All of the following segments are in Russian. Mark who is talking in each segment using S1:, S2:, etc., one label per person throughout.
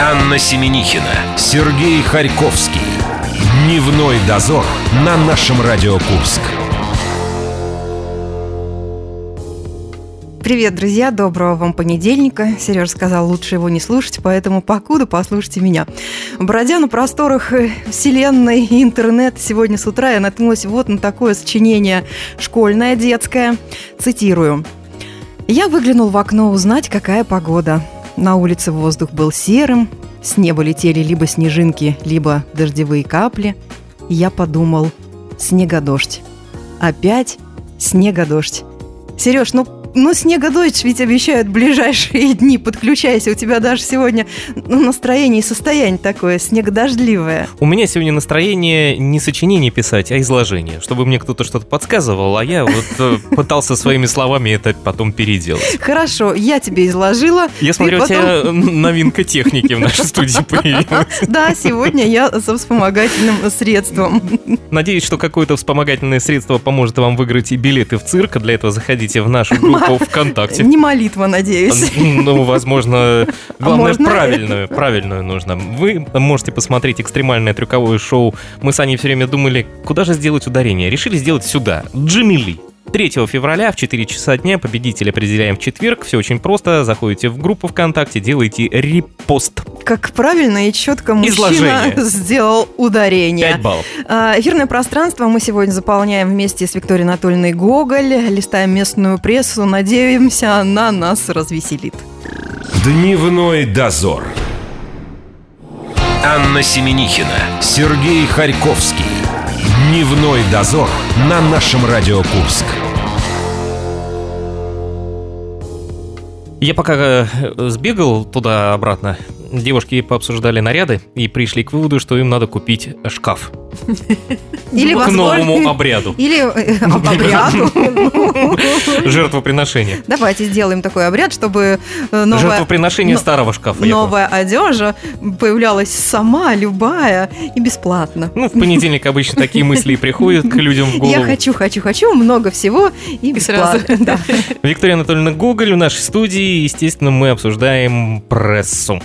S1: Анна Семенихина, Сергей Харьковский. Дневной дозор на нашем Радио Курск.
S2: Привет, друзья, доброго вам понедельника. Сереж сказал, лучше его не слушать, поэтому покуда послушайте меня. Бродя на просторах э, вселенной и интернет сегодня с утра я наткнулась вот на такое сочинение школьное детское. Цитирую. Я выглянул в окно узнать, какая погода. На улице воздух был серым, с неба летели либо снежинки, либо дождевые капли. И я подумал, снегодождь. Опять снегодождь. Сереж, ну ну, снегодождь ведь обещают в ближайшие дни. Подключайся, у тебя даже сегодня ну, настроение и состояние такое снегодождливое.
S3: У меня сегодня настроение не сочинение писать, а изложение. Чтобы мне кто-то что-то подсказывал, а я вот пытался своими словами это потом переделать.
S2: Хорошо, я тебе изложила.
S3: Я смотрю, у тебя новинка техники в нашей студии появилась.
S2: Да, сегодня я со вспомогательным средством.
S3: Надеюсь, что какое-то вспомогательное средство поможет вам выиграть и билеты в цирк. Для этого заходите в нашу группу группу ВКонтакте.
S2: Не молитва, надеюсь.
S3: Ну, возможно, главное, Можно? правильную, правильную нужно. Вы можете посмотреть экстремальное трюковое шоу. Мы с Аней все время думали, куда же сделать ударение. Решили сделать сюда. Джимили. 3 февраля в 4 часа дня победителя определяем в четверг. Все очень просто. Заходите в группу ВКонтакте, делаете репост.
S2: Как правильно и четко мужчина Изложение. сделал ударение. А,
S3: 5 баллов.
S2: Эфирное пространство мы сегодня заполняем вместе с Викторией Анатольевной Гоголь. Листаем местную прессу. Надеемся, она нас развеселит.
S1: Дневной дозор. Анна Семенихина, Сергей Харьковский. Дневной дозор на нашем Радио Курск.
S3: Я пока э, сбегал туда-обратно, девушки пообсуждали наряды и пришли к выводу, что им надо купить шкаф.
S2: Или
S3: к новому обряду.
S2: Или э, обряду.
S3: Жертвоприношение.
S2: Давайте сделаем такой обряд, чтобы э, новая...
S3: Жертвоприношение старого шкафа.
S2: Новая одежа появлялась сама, любая и бесплатно.
S3: Ну, в понедельник обычно такие мысли приходят к людям в голову.
S2: Я хочу, хочу, хочу, много всего и бесплатно.
S3: Виктория Анатольевна Гоголь в нашей студии. Естественно, мы обсуждаем прессу.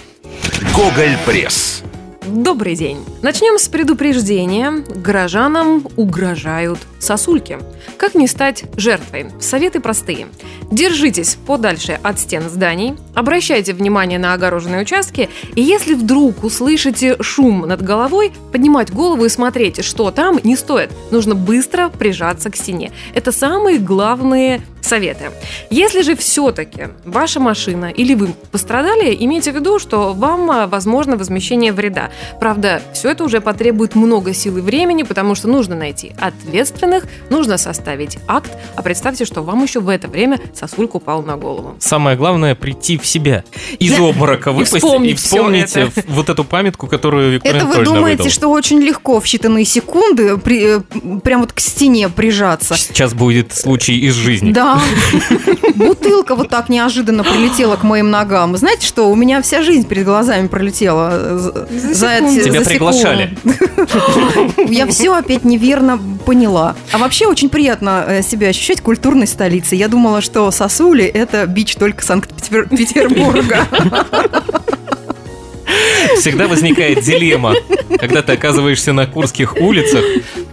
S1: Гоголь Пресс.
S4: Добрый день. Начнем с предупреждения. Горожанам угрожают сосульки. Как не стать жертвой? Советы простые. Держитесь подальше от стен зданий, обращайте внимание на огороженные участки, и если вдруг услышите шум над головой, поднимать голову и смотреть, что там, не стоит. Нужно быстро прижаться к стене. Это самые главные советы. Если же все-таки ваша машина или вы пострадали, имейте в виду, что вам а, возможно возмещение вреда. Правда, все это уже потребует много сил и времени, потому что нужно найти ответственных, нужно составить акт, а представьте, что вам еще в это время сосулька упала на голову.
S3: Самое главное прийти в себя, из Я... обморока выпасть и, вспомнить и вспомните это. вот эту памятку, которую Виктория
S2: Это вы думаете, выдал. что очень легко в считанные секунды при, э, прям вот к стене прижаться?
S3: Сейчас будет случай из жизни.
S2: Да, Бутылка вот так неожиданно прилетела к моим ногам. Знаете что, у меня вся жизнь перед глазами пролетела э,
S3: за, за эти Тебя за приглашали.
S2: Я все опять неверно поняла. А вообще очень приятно э, себя ощущать культурной столицей. Я думала, что сосули – это бич только Санкт-Петербурга.
S3: Всегда возникает дилемма, когда ты оказываешься на курских улицах.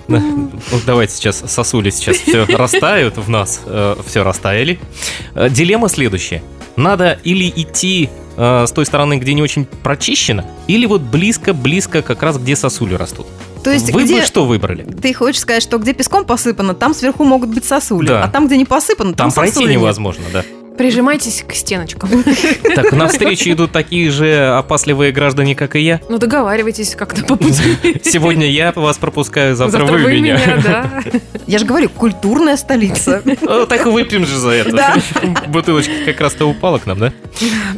S3: Вот давайте сейчас сосули сейчас все растают в нас, э, все растаяли. Э, Дилемма следующая. Надо или идти э, с той стороны, где не очень прочищено, или вот близко-близко как раз, где сосули растут.
S2: То есть
S3: Вы
S2: где... Ну,
S3: бы что выбрали?
S2: Ты хочешь сказать, что где песком посыпано, там сверху могут быть сосули, да. а там, где не посыпано, там
S3: там,
S2: сосули
S3: пройти
S2: нет.
S3: невозможно, да.
S4: Прижимайтесь к стеночкам.
S3: Так, навстречу идут такие же опасливые граждане, как и я.
S4: Ну, договаривайтесь как-то по пути.
S3: Сегодня я вас пропускаю, завтра,
S4: завтра
S3: вы, вы меня. меня
S4: да.
S2: Я же говорю, культурная столица.
S3: Ну, Так выпьем же за это.
S2: Да.
S3: Бутылочка как раз-то упала к нам, да?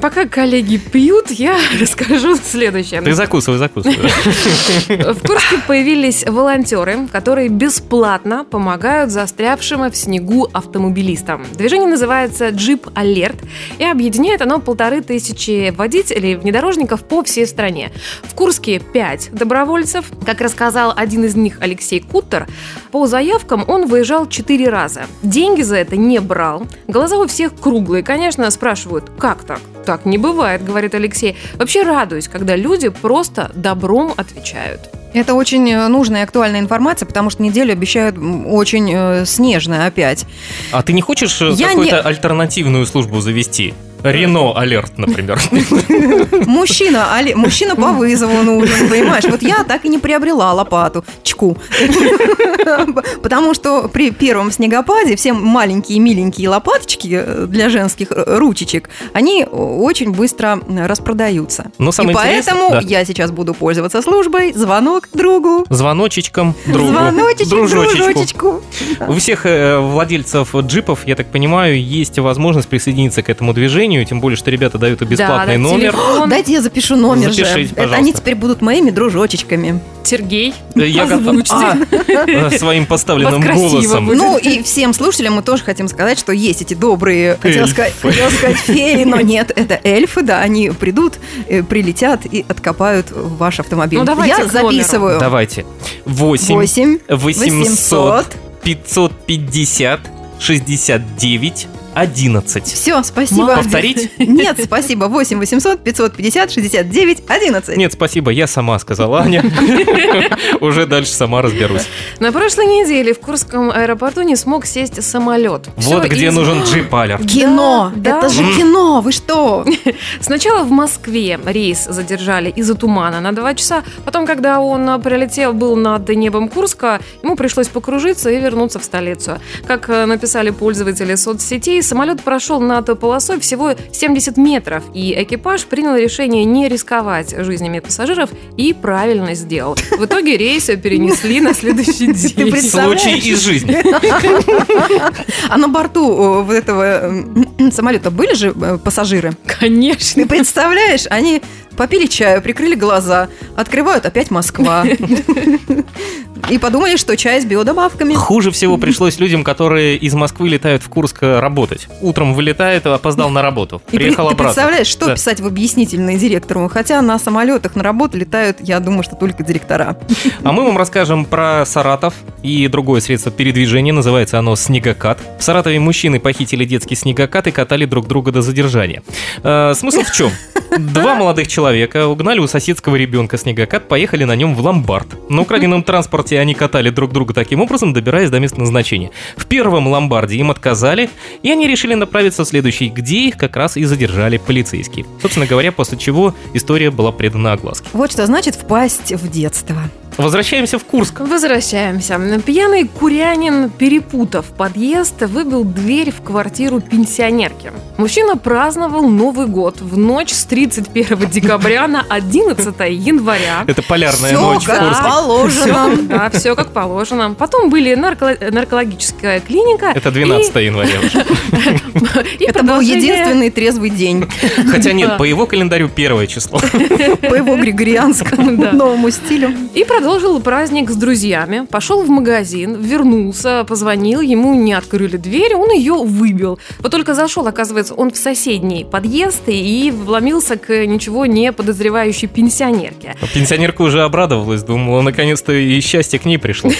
S4: Пока коллеги пьют, я расскажу следующее.
S3: Ты закусывай, закусывай.
S4: В Курске появились волонтеры, которые бесплатно помогают застрявшим в снегу автомобилистам. Движение называется «Джип Алерт, и объединяет оно полторы тысячи водителей внедорожников по всей стране. В Курске 5 добровольцев. Как рассказал один из них Алексей Куттер, по заявкам он выезжал 4 раза. Деньги за это не брал. Глаза у всех круглые, конечно, спрашивают, как так? Так не бывает, говорит Алексей. Вообще радуюсь, когда люди просто добром отвечают.
S2: Это очень э, нужная и актуальная информация, потому что неделю обещают м, очень э, снежная опять.
S3: А ты не хочешь э,
S2: Я
S3: какую-то
S2: не-
S3: альтернативную службу завести? Рено Алерт, например.
S2: Мужчина, али- мужчина по вызову нужен, понимаешь? Вот я так и не приобрела лопату, чку. Потому что при первом снегопаде все маленькие миленькие лопаточки э, для женских э, ручечек, они очень быстро э, распродаются.
S3: Но самое
S2: и
S3: интересное-
S2: поэтому
S3: да.
S2: я сейчас буду пользоваться службой, звонок другу,
S3: Звоночечком другу.
S2: звоночечек,
S3: Дружочечку.
S2: дружочечку.
S3: У всех э, владельцев джипов, я так понимаю, есть возможность присоединиться к этому движению, тем более, что ребята дают и бесплатный
S4: Да, да,
S3: номер.
S4: телефон.
S2: Дайте я запишу номер же.
S3: Запишите,
S2: Это Они
S3: пожалуйста.
S2: теперь будут моими дружочечками.
S4: Сергей,
S3: Э, Я готов
S4: озвучьте.
S2: А,
S3: э, своим поставленным
S4: Вот красиво
S3: голосом.
S4: будет.
S2: Ну и всем слушателям мы тоже хотим сказать, что есть эти добрые, хотела
S3: Эльфы.
S2: сказать, хотела сказать феи, но нет, это эльфы, да, они придут, э, прилетят и откопают ваш автомобиль.
S4: Ну, давайте
S2: Я
S4: к номеру.
S2: записываю.
S3: Давайте. 8
S2: Восемь
S3: 800
S2: восемьсот.
S3: 550 69 11.
S2: Все, спасибо.
S4: Молодец.
S3: Повторить?
S2: Нет, спасибо. 8 800 550 69 11.
S3: Нет, спасибо, я сама сказала, Аня. Уже дальше сама разберусь.
S4: На прошлой неделе в Курском аэропорту не смог сесть самолет.
S3: Вот
S4: Всё
S3: где
S4: из-
S3: нужен джип Алерт.
S2: Кино!
S4: Да, да.
S2: Это же
S3: М.
S2: кино! Вы что?
S4: Сначала в Москве рейс задержали из-за тумана на два часа. Потом, когда он а, прилетел, был над небом Курска, ему пришлось покружиться и вернуться в столицу. Как э, написали пользователи соцсетей, самолет прошел над полосой всего 70 метров, и экипаж принял решение не рисковать жизнями пассажиров и правильно сделал. В итоге рейс перенесли на следующий
S2: Ты
S4: день.
S2: представляешь?
S3: Случай из жизни.
S2: А на борту э, вот этого э, самолета были же э, пассажиры?
S4: Конечно.
S2: Ты представляешь, они попили чаю, прикрыли глаза, открывают опять Москва. И подумали, что чай с биодобавками.
S3: Хуже всего пришлось людям, которые из Москвы летают в Курск э, работать. Утром вылетает, опоздал на работу.
S2: И при-
S3: Приехал
S2: ты
S3: обратно.
S2: представляешь, что
S3: Да.
S2: писать в объяснительные директору? Хотя на самолетах на работу летают, я думаю, что только директора.
S3: А мы вам расскажем про Саратов и другое средство передвижения. Называется оно снегокат. В Саратове мужчины похитили детский снегокат и катали друг друга до задержания. Э, смысл в чем? Два молодых человека угнали у соседского ребенка снегокат, поехали на нем в ломбард. На украденном транспорте они катали друг друга таким образом, добираясь до места назначения. В первом ломбарде им отказали, и они решили направиться в следующий, где их как раз и задержали полицейские. Собственно говоря, после чего история была предана огласке.
S2: Вот что значит впасть в детство.
S3: Возвращаемся в Курск.
S4: Возвращаемся. Пьяный курянин, перепутав подъезд, выбил дверь в квартиру пенсионерки. Мужчина праздновал Новый год в ночь с 31 декабря на 11 января.
S3: Это полярная
S2: Всё
S3: ночь в
S2: как
S3: Курске.
S2: положено.
S4: Все, да, все как положено. Потом были нарко- наркологическая клиника.
S3: Это
S4: и-
S3: 12 января уже.
S4: и
S2: Это был
S4: продолжение-
S2: единственный трезвый день
S3: Хотя нет, по его календарю первое число.
S2: по его григорианскому
S4: Да.
S2: новому стилю.
S4: И продолжил праздник с друзьями. Пошел в магазин, вернулся, позвонил, ему не открыли дверь, он ее выбил. Вот только зашел, оказывается, он в соседний подъезд и вломился к ничего не подозревающей пенсионерке.
S3: Пенсионерка уже обрадовалась, думала, наконец-то и счастье к ней пришло.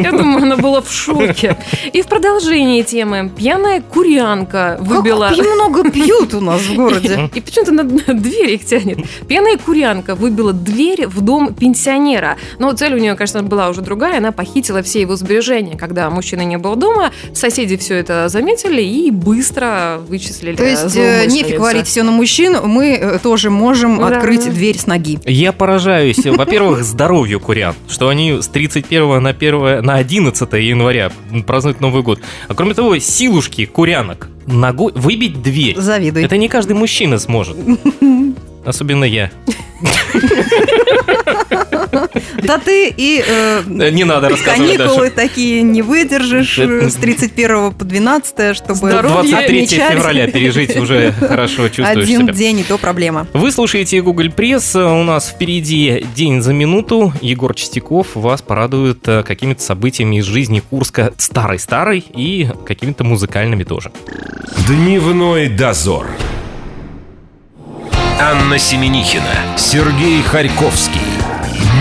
S4: Я думаю, она была в шоке. И в продолжении темы пьяная курянка выбила...
S2: Как много пьют у нас в городе.
S4: И почему-то на, на дверь их тянет. Пьяная курянка выбила дверь в дом пенсионера. Но цель у нее, конечно, была уже другая. Она похитила все его сбережения. Когда мужчины не было дома, соседи все это заметили и быстро вычислили
S2: То есть э, нефиг варить все на мужчин, мы э, тоже можем
S4: Ну Да.
S2: открыть дверь с ноги.
S3: Я поражаюсь, во-первых, здоровью курян, что они с 31 на 1 на 11 января празднуют Новый год. А кроме того, силушки курянок ногой выбить дверь.
S2: Завидуй.
S3: Это не каждый мужчина сможет. Особенно я.
S2: Да ты и э,
S3: Э, Не надо рассказывать
S2: каникулы
S3: дальше.
S2: такие не выдержишь э, с
S3: Это-
S2: 31 по 12, чтобы
S4: Здоровье
S3: 23
S2: отмечать.
S3: февраля пережить уже хорошо чувствуешь
S2: Один
S3: себя.
S2: день, и то проблема.
S3: Вы слушаете Google Пресс, у нас впереди день за минуту. Егор Чистяков вас порадует э, какими-то событиями из жизни Курска старой-старой и какими-то музыкальными тоже.
S1: Дневной дозор. Анна Семенихина, Сергей Харьковский.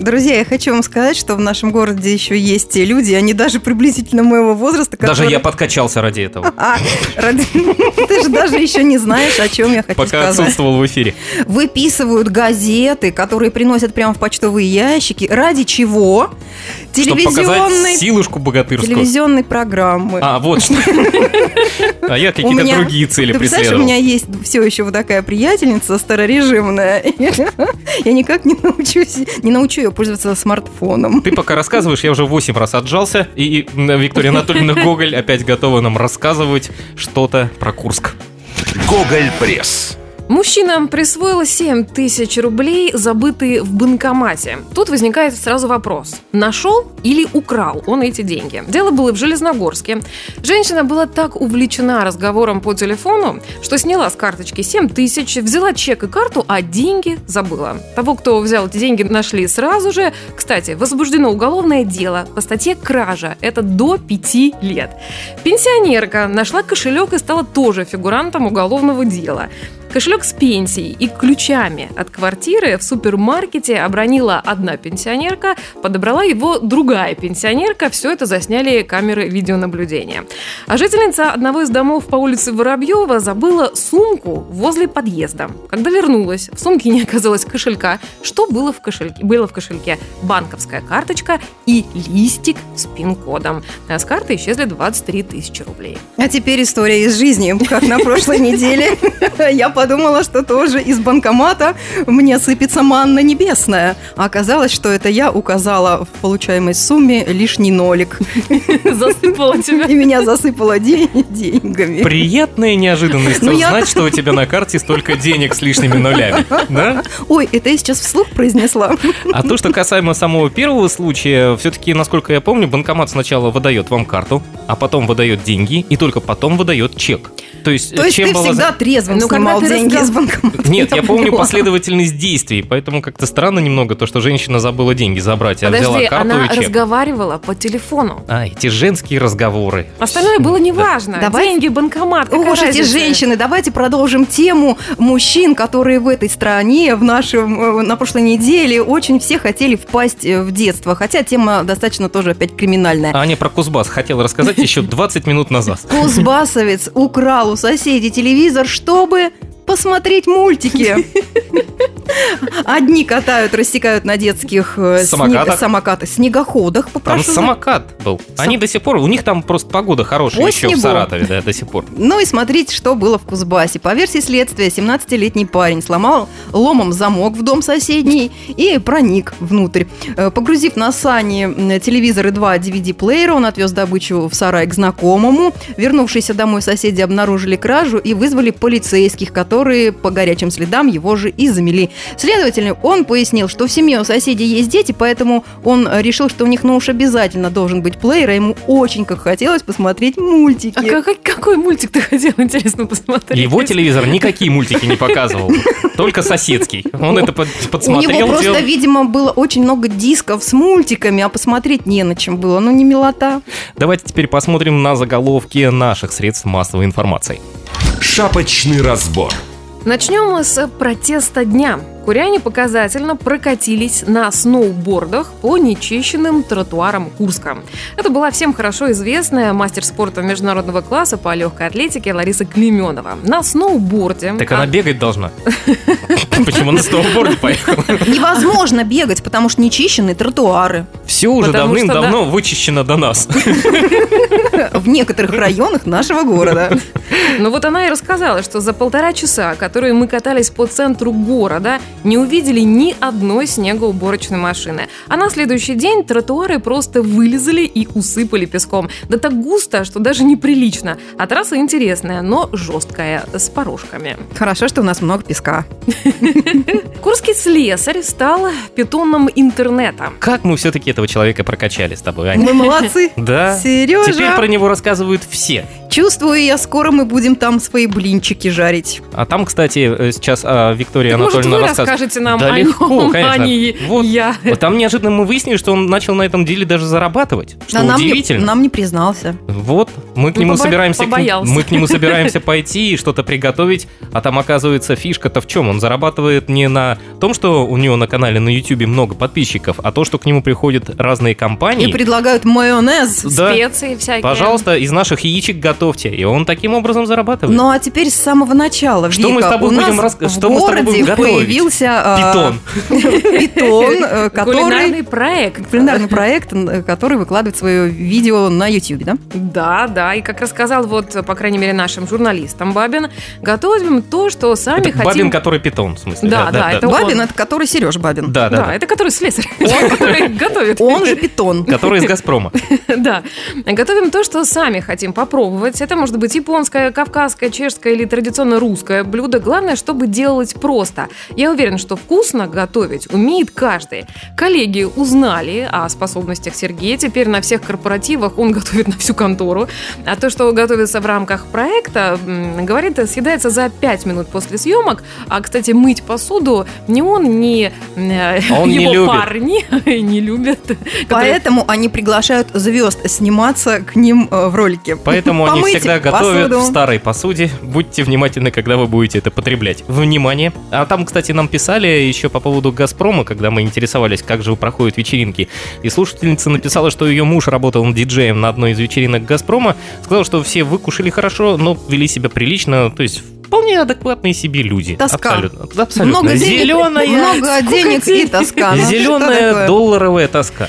S2: Друзья, я хочу вам сказать, что в нашем городе еще есть те люди, они даже приблизительно моего возраста,
S3: Даже
S2: которые-
S3: я подкачался ради этого.
S2: А, ради- ты же даже еще не знаешь, о чем я хочу
S3: Пока
S2: сказать.
S3: отсутствовал в эфире.
S2: Выписывают газеты, которые приносят прямо в почтовые ящики. Ради чего?
S3: Чтобы показать
S2: Телевизионной,
S3: силушку богатырскую.
S2: телевизионной программы.
S3: А, вот что. А я
S2: У
S3: какие-то
S2: меня-
S3: другие цели
S2: Ты представляешь, у
S3: преследовал.
S2: меня есть все еще вот такая приятельница старорежимная. Я никак не научусь, не научу ее пользоваться смартфоном.
S3: Ты пока рассказываешь, я уже 8 раз отжался, и и, м, Виктория Анатольевна Гоголь опять готова нам рассказывать что-то про Курск.
S1: Гоголь Пресс.
S4: Мужчина присвоила 7 тысяч рублей, забытые в банкомате. Тут возникает сразу вопрос. Нашел или украл он эти деньги? Дело было в Железногорске. Женщина была так увлечена разговором по телефону, что сняла с карточки 7 тысяч, взяла чек и карту, а деньги забыла. Того, кто взял эти деньги, нашли сразу же. Кстати, возбуждено уголовное дело по статье «Кража». Это до 5 лет. Пенсионерка нашла кошелек и стала тоже фигурантом уголовного дела. Кошелек с пенсией и ключами от квартиры в супермаркете обронила одна пенсионерка, подобрала его другая пенсионерка. Все это засняли камеры видеонаблюдения. А жительница одного из домов по улице Воробьева забыла сумку возле подъезда. Когда вернулась, в сумке не оказалось кошелька. Что было в кошельке? Было в кошельке банковская карточка и листик с пин-кодом. А с карты исчезли 23 тысячи рублей.
S2: А теперь история из жизни. Как на прошлой неделе я подумала, что тоже из банкомата мне сыпется манна небесная. А оказалось, что это я указала в получаемой сумме лишний нолик.
S4: Засыпала тебя.
S2: И меня засыпало ден- деньгами.
S3: Приятная неожиданность
S2: Ну, я-
S3: узнать, что у тебя на карте столько денег с лишними нулями. Да?
S2: Ой, это я сейчас вслух произнесла.
S3: А то, что касаемо самого первого случая, все-таки, насколько я помню, банкомат сначала выдает вам карту, а потом выдает деньги, и только потом выдает чек. То есть,
S2: То есть
S3: чем
S2: ты
S3: была
S2: всегда трезво
S4: Ну, когда
S2: снимал
S4: ты
S2: деньги
S4: рассказывал-
S2: из банкомата.
S3: Нет, я помню
S2: поняла.
S3: последовательность действий, поэтому как-то странно немного то, что женщина забыла деньги забрать, а взяла
S4: Подожди,
S3: карту
S4: она
S3: и чек.
S4: разговаривала по телефону.
S3: А, эти женские разговоры.
S4: Остальное было неважно.
S2: Давай.
S4: Деньги, банкомат, какая
S2: Ох уж эти
S4: разница?
S2: женщины, давайте продолжим тему мужчин, которые в этой стране, в нашем, э, на прошлой неделе очень все хотели впасть э, в детство. Хотя тема достаточно тоже опять криминальная.
S3: А Аня про Кузбасс хотела рассказать еще 20 минут назад.
S2: Кузбассовец украл у соседей телевизор, чтобы посмотреть мультики. Одни катают, рассекают на детских э,
S3: Самокатах.
S2: снег- самокаты, снегоходах,
S3: Там
S2: попрошу.
S3: самокат был. Они до сих пор, у них там просто погода хорошая
S2: Осенью
S3: еще в
S2: был.
S3: Саратове, да, до сих пор.
S2: Ну и смотрите, что было в Кузбассе. По версии следствия, 17-летний парень сломал ломом замок в дом соседний и проник внутрь. Э, Погрузив на сани м, телевизор и два DVD-плеера, он отвез добычу в сарай к знакомому. Вернувшиеся домой соседи обнаружили кражу и вызвали полицейских, которые по горячим следам его же и замели. Следовательно, он пояснил, что в семье у соседей есть дети, поэтому он э, решил, что у них ну уж обязательно должен быть плеер, а ему очень как хотелось посмотреть мультики.
S4: А как- какой мультик ты хотел, интересно, посмотреть?
S3: Его телевизор никакие мультики не показывал, только соседский. Он это под-
S2: У него
S3: подсмотрел.
S2: просто,
S3: делал-
S2: видимо, было очень много дисков с мультиками, а посмотреть не на чем было. Ну, не милота.
S3: Давайте теперь посмотрим на заголовки наших средств массовой информации.
S1: Шапочный разбор.
S4: Начнем мы с протеста дня. Куряне показательно прокатились на сноубордах по нечищенным тротуарам Курска. Это была всем хорошо известная мастер спорта международного класса по легкой атлетике Лариса Клеменова. На сноуборде...
S3: Так
S2: А.
S3: она бегать должна. Почему на сноуборде поехала?
S2: Невозможно бегать, потому что нечищенные тротуары.
S3: Все уже
S4: Потому что,
S3: давным-давно вычищено до нас.
S2: в некоторых районах нашего города.
S4: Но вот она и рассказала, что за полтора часа, которые мы катались по центру города, не увидели ни одной снегоуборочной машины. А на следующий день тротуары просто вылезали и усыпали песком. Да так густо, что даже неприлично. А трасса интересная, но жесткая, с порожками.
S2: Хорошо, что у нас много песка.
S4: Курский слесарь стал питоном интернета.
S3: Как мы все-таки этого человека прокачали с тобой, Аня?
S2: Мы молодцы.
S3: Да.
S2: Сережа,
S3: Теперь про него рассказывают все.
S2: чувствую я, скоро мы будем там свои блинчики жарить.
S3: А там, кстати, э, сейчас а, Виктория
S4: Так, может,
S3: Анатольевна
S4: вы
S3: рассказывает.
S4: расскажете нам
S3: Да
S4: о
S3: легко,
S4: нем,
S3: конечно.
S4: о ней,
S3: Вот.
S4: я.
S3: Вот Там неожиданно мы выяснили, что он начал на этом деле даже зарабатывать. Что
S2: А нам, не,
S3: удивительно.
S2: нам не признался.
S3: Вот, мы к
S4: Ну,
S3: нему
S4: побо-
S3: собираемся... к ним-
S4: побоялся.
S3: мы к нему собираемся пойти и что-то приготовить, а там, оказывается, фишка-то в чем? Он зарабатывает не на том, что у него на канале на YouTube много подписчиков, а то, что к нему приходят разные компании.
S2: И предлагают майонез.
S3: Да.
S4: Специи всякие.
S3: Пожалуйста, из наших яичек готовьте. И он таким образом зарабатывает.
S2: Ну а теперь с самого начала,
S3: Что мы
S2: Вика,
S3: с тобой
S2: у нас
S3: будем раска-
S2: в
S3: что мы с тобой
S2: городе
S3: будем готовить?
S2: появился а,
S3: Питон.
S2: питон, э, который
S4: Кулинарный проект.
S2: кулинарный проект, э, который выкладывает свое видео на YouTube, да?
S4: Да, да, и как рассказал вот, по крайней мере, нашим журналистам Бабин, готовим то, что сами
S3: Это
S4: а хотим.
S3: Бабин, который питон, в смысле.
S4: Да, да, это
S2: Бабин,
S4: он.
S2: это который Сереж Бабин.
S3: Да, да,
S4: Да,
S3: да.
S4: это который слесарь, который готовит.
S2: Он же питон.
S3: Который из Газпрома.
S4: Да. Готовим то, что сами хотим попробовать. Это может быть японское, кавказское, чешское или традиционно русское блюдо. Главное, чтобы делалось просто. Я уверен, что вкусно готовить умеет каждый. Коллеги узнали о способностях Сергея. Теперь на всех корпоративах он готовит на всю контору. А то, что готовится в рамках проекта, м, говорит, съедается за 5 минут после съемок. А, кстати, мыть посуду ни он, ни э,
S3: А Он не
S4: его
S3: любит.
S4: парни не любят. которые
S2: Поэтому они приглашают звезд сниматься к ним э, в ролике.
S3: Поэтому они
S2: Помыть
S3: всегда готовят
S2: посуду.
S3: в старой посуде. Будьте внимательны, когда вы будете это потреблять. Внимание! А там, кстати, нам писали еще по поводу «Газпрома», когда мы интересовались, как же проходят вечеринки. И слушательница написала, что ее муж работал диджеем на одной из вечеринок «Газпрома». Сказал, что все выкушали хорошо, но вели себя прилично, то есть вполне адекватные себе люди.
S2: Тоска.
S3: Абсолютно. Абсолютно.
S2: Много денег,
S3: Зеленая,
S2: много денег и тоска. Ну, что
S3: зеленая
S2: такое?
S3: долларовая тоска.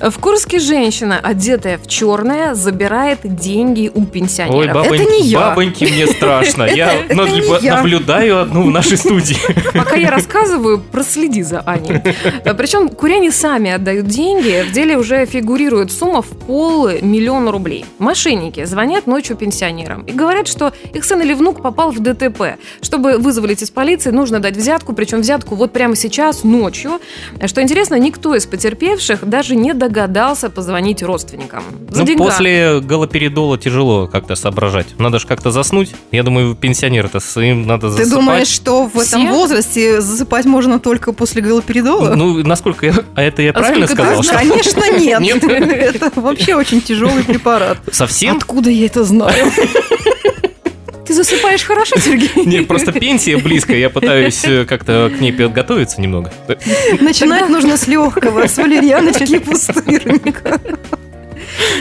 S4: В Курске женщина, одетая в черное, забирает деньги у
S3: Ой,
S4: пенсионеров.
S3: бабонь-
S2: Это не я.
S3: бабоньки, мне страшно. Я
S2: это не
S3: наблю-
S2: я.
S3: наблюдаю одну в нашей студии.
S4: Пока я рассказываю, проследи за Аней. Причем куряне сами отдают деньги. В деле уже фигурирует сумма в полмиллиона рублей. Мошенники звонят ночью пенсионерам и говорят, что их сын или внук попал в ДТП. Чтобы вызволить из полиции, нужно дать взятку, причем взятку вот прямо сейчас, ночью. Что интересно, никто из потерпевших даже не догадался позвонить родственникам. За
S3: Ну,
S4: деньгами.
S3: после галоперидола тяжело как-то соображать. Надо же как-то заснуть. Я думаю, пенсионеры-то с- им надо
S2: Ты
S3: засыпать.
S2: думаешь, что в этом
S4: Все?
S2: возрасте засыпать можно только после галоперидола?
S3: Ну, насколько я... А это я правильно
S4: сколько ты
S3: сказал? Что
S2: Конечно, нет. Это вообще очень тяжелый препарат.
S3: совсем?
S2: Откуда я это знаю?
S4: Ты засыпаешь хорошо, Сергей?
S3: Нет, просто пенсия близко, я пытаюсь э, как-то к ней подготовиться немного.
S2: Начинать нужно с легкого, с валерьяночки и пустырника.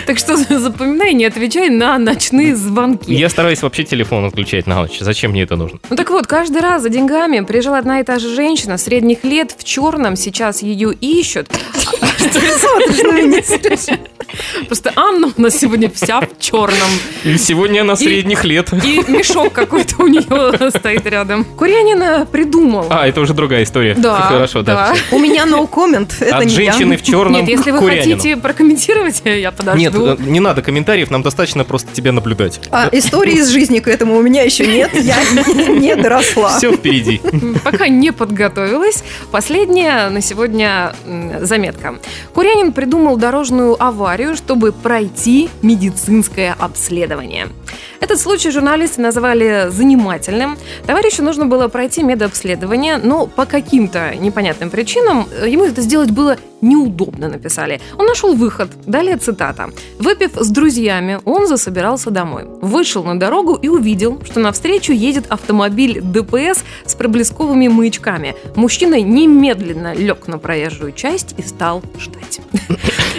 S4: Так что запоминай, не отвечай на ночные звонки.
S3: Я стараюсь вообще телефон отключать на ночь. Зачем мне это нужно?
S4: Ну так вот, каждый раз за деньгами прижила одна и та же женщина средних лет в черном. Сейчас ее ищут.
S2: Смотришь на меня, Сережа.
S4: Просто Анна у нас сегодня вся в черном.
S3: И сегодня она
S4: И-
S3: средних лет.
S4: И мешок какой-то у нее стоит рядом. Курянина придумал.
S3: А, это уже другая история.
S4: Да,
S3: Хорошо, да.
S4: да.
S3: всё.
S2: У меня no comment, это
S3: От
S2: не я.
S3: женщины в черном
S4: Нет, если вы хотите прокомментировать, я подожду.
S3: Нет, э, не надо комментариев, нам достаточно просто тебя наблюдать.
S2: А истории из жизни к этому у меня еще нет, я не не доросла.
S3: Все впереди.
S4: Пока не подготовилась. Последняя на сегодня м, заметка. Курянин придумал дорожную аварию, чтобы пройти медицинское обследование. Этот случай журналисты назвали занимательным. Товарищу нужно было пройти медобследование, но по каким-то непонятным причинам э, ему это сделать было неудобно, написали. Он нашел выход. Далее цитата. Выпив с друзьями, он засобирался домой. Вышел на дорогу и увидел, что навстречу едет автомобиль ДПС с проблесковыми маячками. Мужчина немедленно лег на проезжую часть и стал ждать.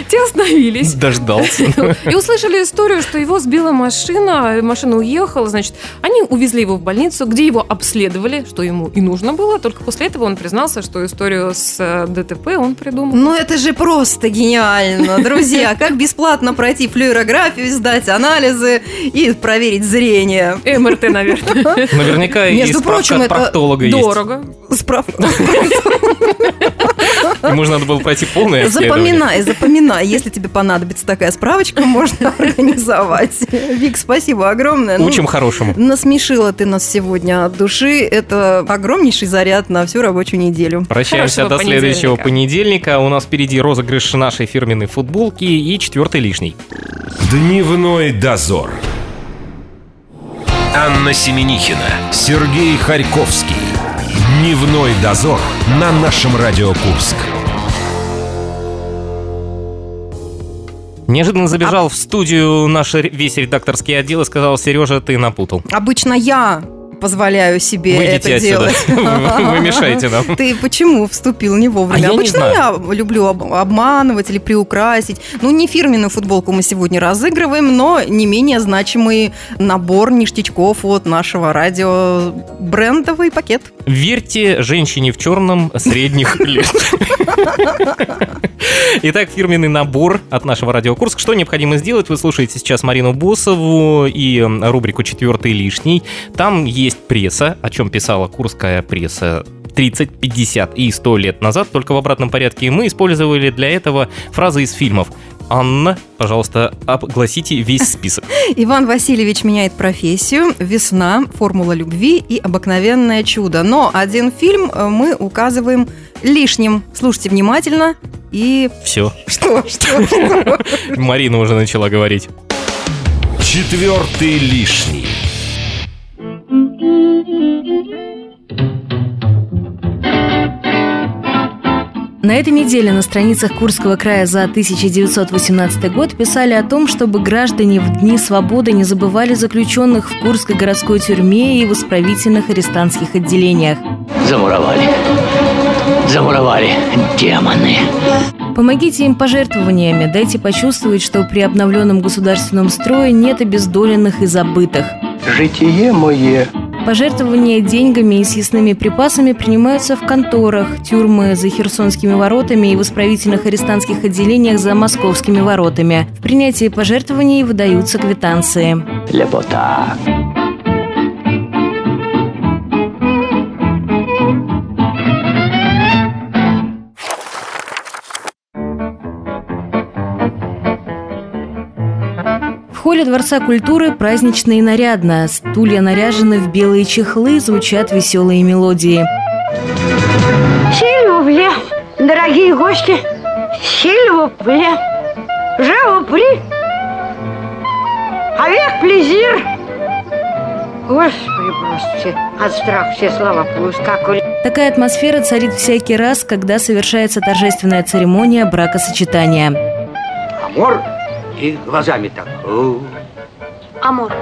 S4: Те остановились.
S3: Дождался.
S4: И услышали историю, что его сбила машина, машина уехала, значит, они увезли его в больницу, где его обследовали, что ему и нужно было, только после этого он признался, что историю с э, ДТП он придумал.
S2: Ну это же просто гениально, друзья. Как бесплатно пройти флюорографию, сдать анализы и проверить зрение.
S4: Э, МРТ, наверное.
S3: Наверняка и
S2: Между
S3: справка
S2: прочим,
S3: от
S2: это
S3: проктолога есть.
S4: Дорого.
S2: Справ-
S3: Ему же надо было пройти полное исследование.
S2: Запоминай, запоминай. Если тебе понадобится такая справочка, можно организовать. Вик, спасибо огромное. Ну,
S3: Учим хорошему.
S2: Насмешила ты нас сегодня от души. Это огромнейший заряд на всю рабочую неделю.
S3: Прощаемся
S4: Хорошего
S3: до следующего понедельника. У нас впереди розыгрыш нашей фирменной футболки и четвертый лишний.
S1: Дневной дозор. Анна Семенихина, Сергей Харьковский. Дневной дозор на нашем Радио Курск.
S3: Неожиданно
S2: А-
S3: забежал в студию наш ре- весь редакторский отдел и сказал, Сережа, ты напутал.
S2: Обычно я позволяю себе
S3: Выйдите
S2: это
S3: отсюда.
S2: делать.
S3: Вы мешаете нам.
S2: Ты почему вступил не вовремя?
S3: А я не
S2: Обычно
S3: знаю.
S2: я люблю об- обманывать или приукрасить. Ну, не фирменную футболку мы сегодня разыгрываем, но не менее значимый набор ништячков от нашего радио брендовый пакет.
S3: Верьте женщине в черном средних лет. Итак, фирменный набор от нашего радиокурска. Что необходимо сделать? Вы слушаете сейчас Марину Босову и м, рубрику «Четвертый лишний». Там есть пресса, о чем писала курская пресса 30, 50 и 100 лет назад, только в обратном порядке. И мы использовали для этого фразы из фильмов. Анна, пожалуйста, огласите весь список.
S2: Иван Васильевич меняет профессию, весна, формула любви и обыкновенное чудо. Но один фильм э, мы указываем лишним. Слушайте внимательно и...
S3: Все,
S2: Что? Что? Что?
S3: Марина уже начала говорить.
S1: Четвертый лишний.
S5: На этой неделе на страницах Курского края за 1918 год писали о том, чтобы граждане в дни свободы не забывали заключенных в Курской городской тюрьме и в исправительных арестантских отделениях.
S6: Замуровали. Замуровали демоны.
S5: Помогите им пожертвованиями, дайте почувствовать, что при обновленном государственном строе нет обездоленных и забытых.
S6: Житие мое.
S5: Пожертвования деньгами и съестными припасами принимаются в конторах, тюрьмы за Херсонскими воротами и в исправительных арестантских отделениях за Московскими воротами. В принятии пожертвований выдаются квитанции.
S6: Лепота.
S5: В холле Дворца культуры празднично и нарядно. Стулья наряжены в белые чехлы, звучат веселые мелодии.
S7: Сильвупле, дорогие гости, сильвупле, жавупри, avec плезир. Господи, прости, от страха все слова поускакали.
S5: Такая атмосфера царит всякий раз, когда совершается торжественная церемония бракосочетания.
S8: Амор и глазами так. «У».
S7: Амор.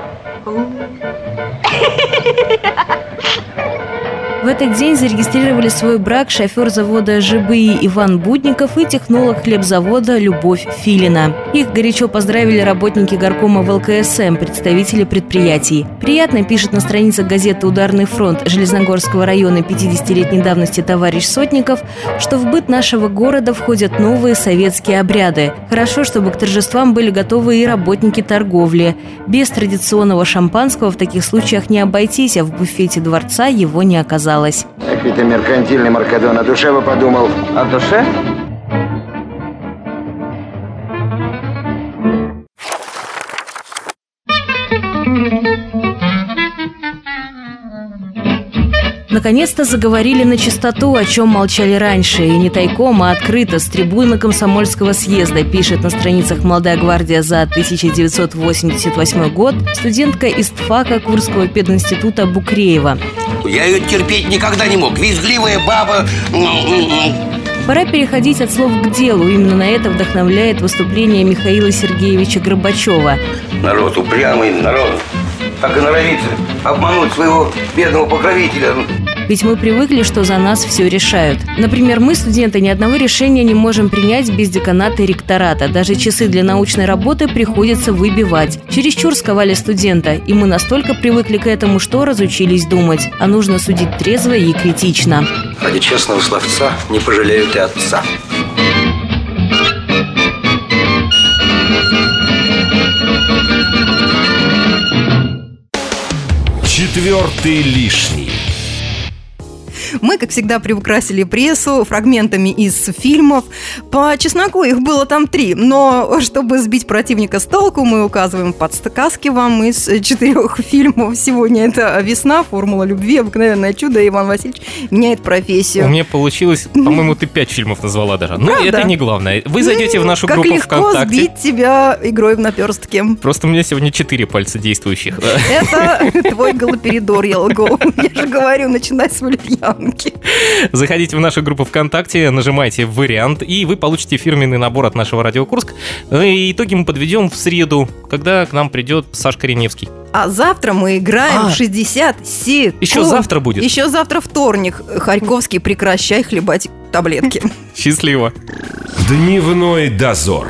S5: В этот день зарегистрировали свой брак шофер завода «ЖБИ» Иван Будников и технолог хлебзавода Любовь Филина. Их горячо поздравили работники горкома ВЛКСМ, представители предприятий. Приятно пишет на страницах газеты «Ударный фронт» Железногорского района 50-летней давности товарищ Сотников, что в быт нашего города входят новые советские обряды. Хорошо, чтобы к торжествам были готовы и работники торговли. Без традиционного шампанского в таких случаях не обойтись, а в буфете дворца его не оказалось.
S9: Эх, это меркантильный Маркадон, о душе бы подумал.
S8: А в душе?
S5: Наконец-то заговорили на чистоту, о чем молчали раньше, и не тайком, а открыто, с трибуны Комсомольского съезда, пишет на страницах «Молодая гвардия» за 1988 год студентка из ТФАКа Курского пединститута Букреева.
S8: Я ее терпеть никогда не мог. Визгливая баба.
S5: Пора переходить от слов к делу. Именно на это вдохновляет выступление Михаила Сергеевича Горбачева.
S8: Народ упрямый, народ. Так и норовится обмануть своего бедного покровителя.
S5: Ведь мы привыкли, что за нас все решают. Например, мы, студенты, ни одного решения не можем принять без деканата и ректората. Даже часы для научной работы приходится выбивать. Чересчур сковали студента, и мы настолько привыкли к этому, что разучились думать. А нужно судить трезво и критично.
S9: Ради честного словца не пожалеют и отца.
S1: Четвертый лишний.
S2: Мы, как всегда, приукрасили прессу фрагментами из фильмов. По чесноку их было там три, но чтобы сбить противника с толку, мы указываем подсказки вам из четырех фильмов. Сегодня это «Весна», «Формула любви», «Обыкновенное чудо», и Иван Васильевич меняет
S3: У
S2: профессию.
S3: меня получилось, по-моему, ты пять фильмов назвала даже. Ну,
S2: Правда?
S3: это не главное. Вы зайдете в нашу
S2: Ну, Как
S3: группу
S2: легко
S3: ВКонтакте.
S2: сбить тебя игрой в наперстке.
S3: Просто у меня сегодня четыре пальца действующих.
S2: Это твой галоперидор, я лгу. Я же говорю, начинай с валерьянки.
S3: Заходите в нашу группу ВКонтакте, нажимайте «Вариант», и вы получите фирменный набор от нашего «Радио Курск». Э, И итоги мы подведем в среду, когда к нам придет Сашка Реневский.
S2: А завтра мы играем
S3: А.
S2: 60 секунд.
S3: Еще завтра будет.
S2: Еще завтра вторник. Харьковский, прекращай хлебать таблетки.
S3: Счастливо.
S1: Дневной дозор.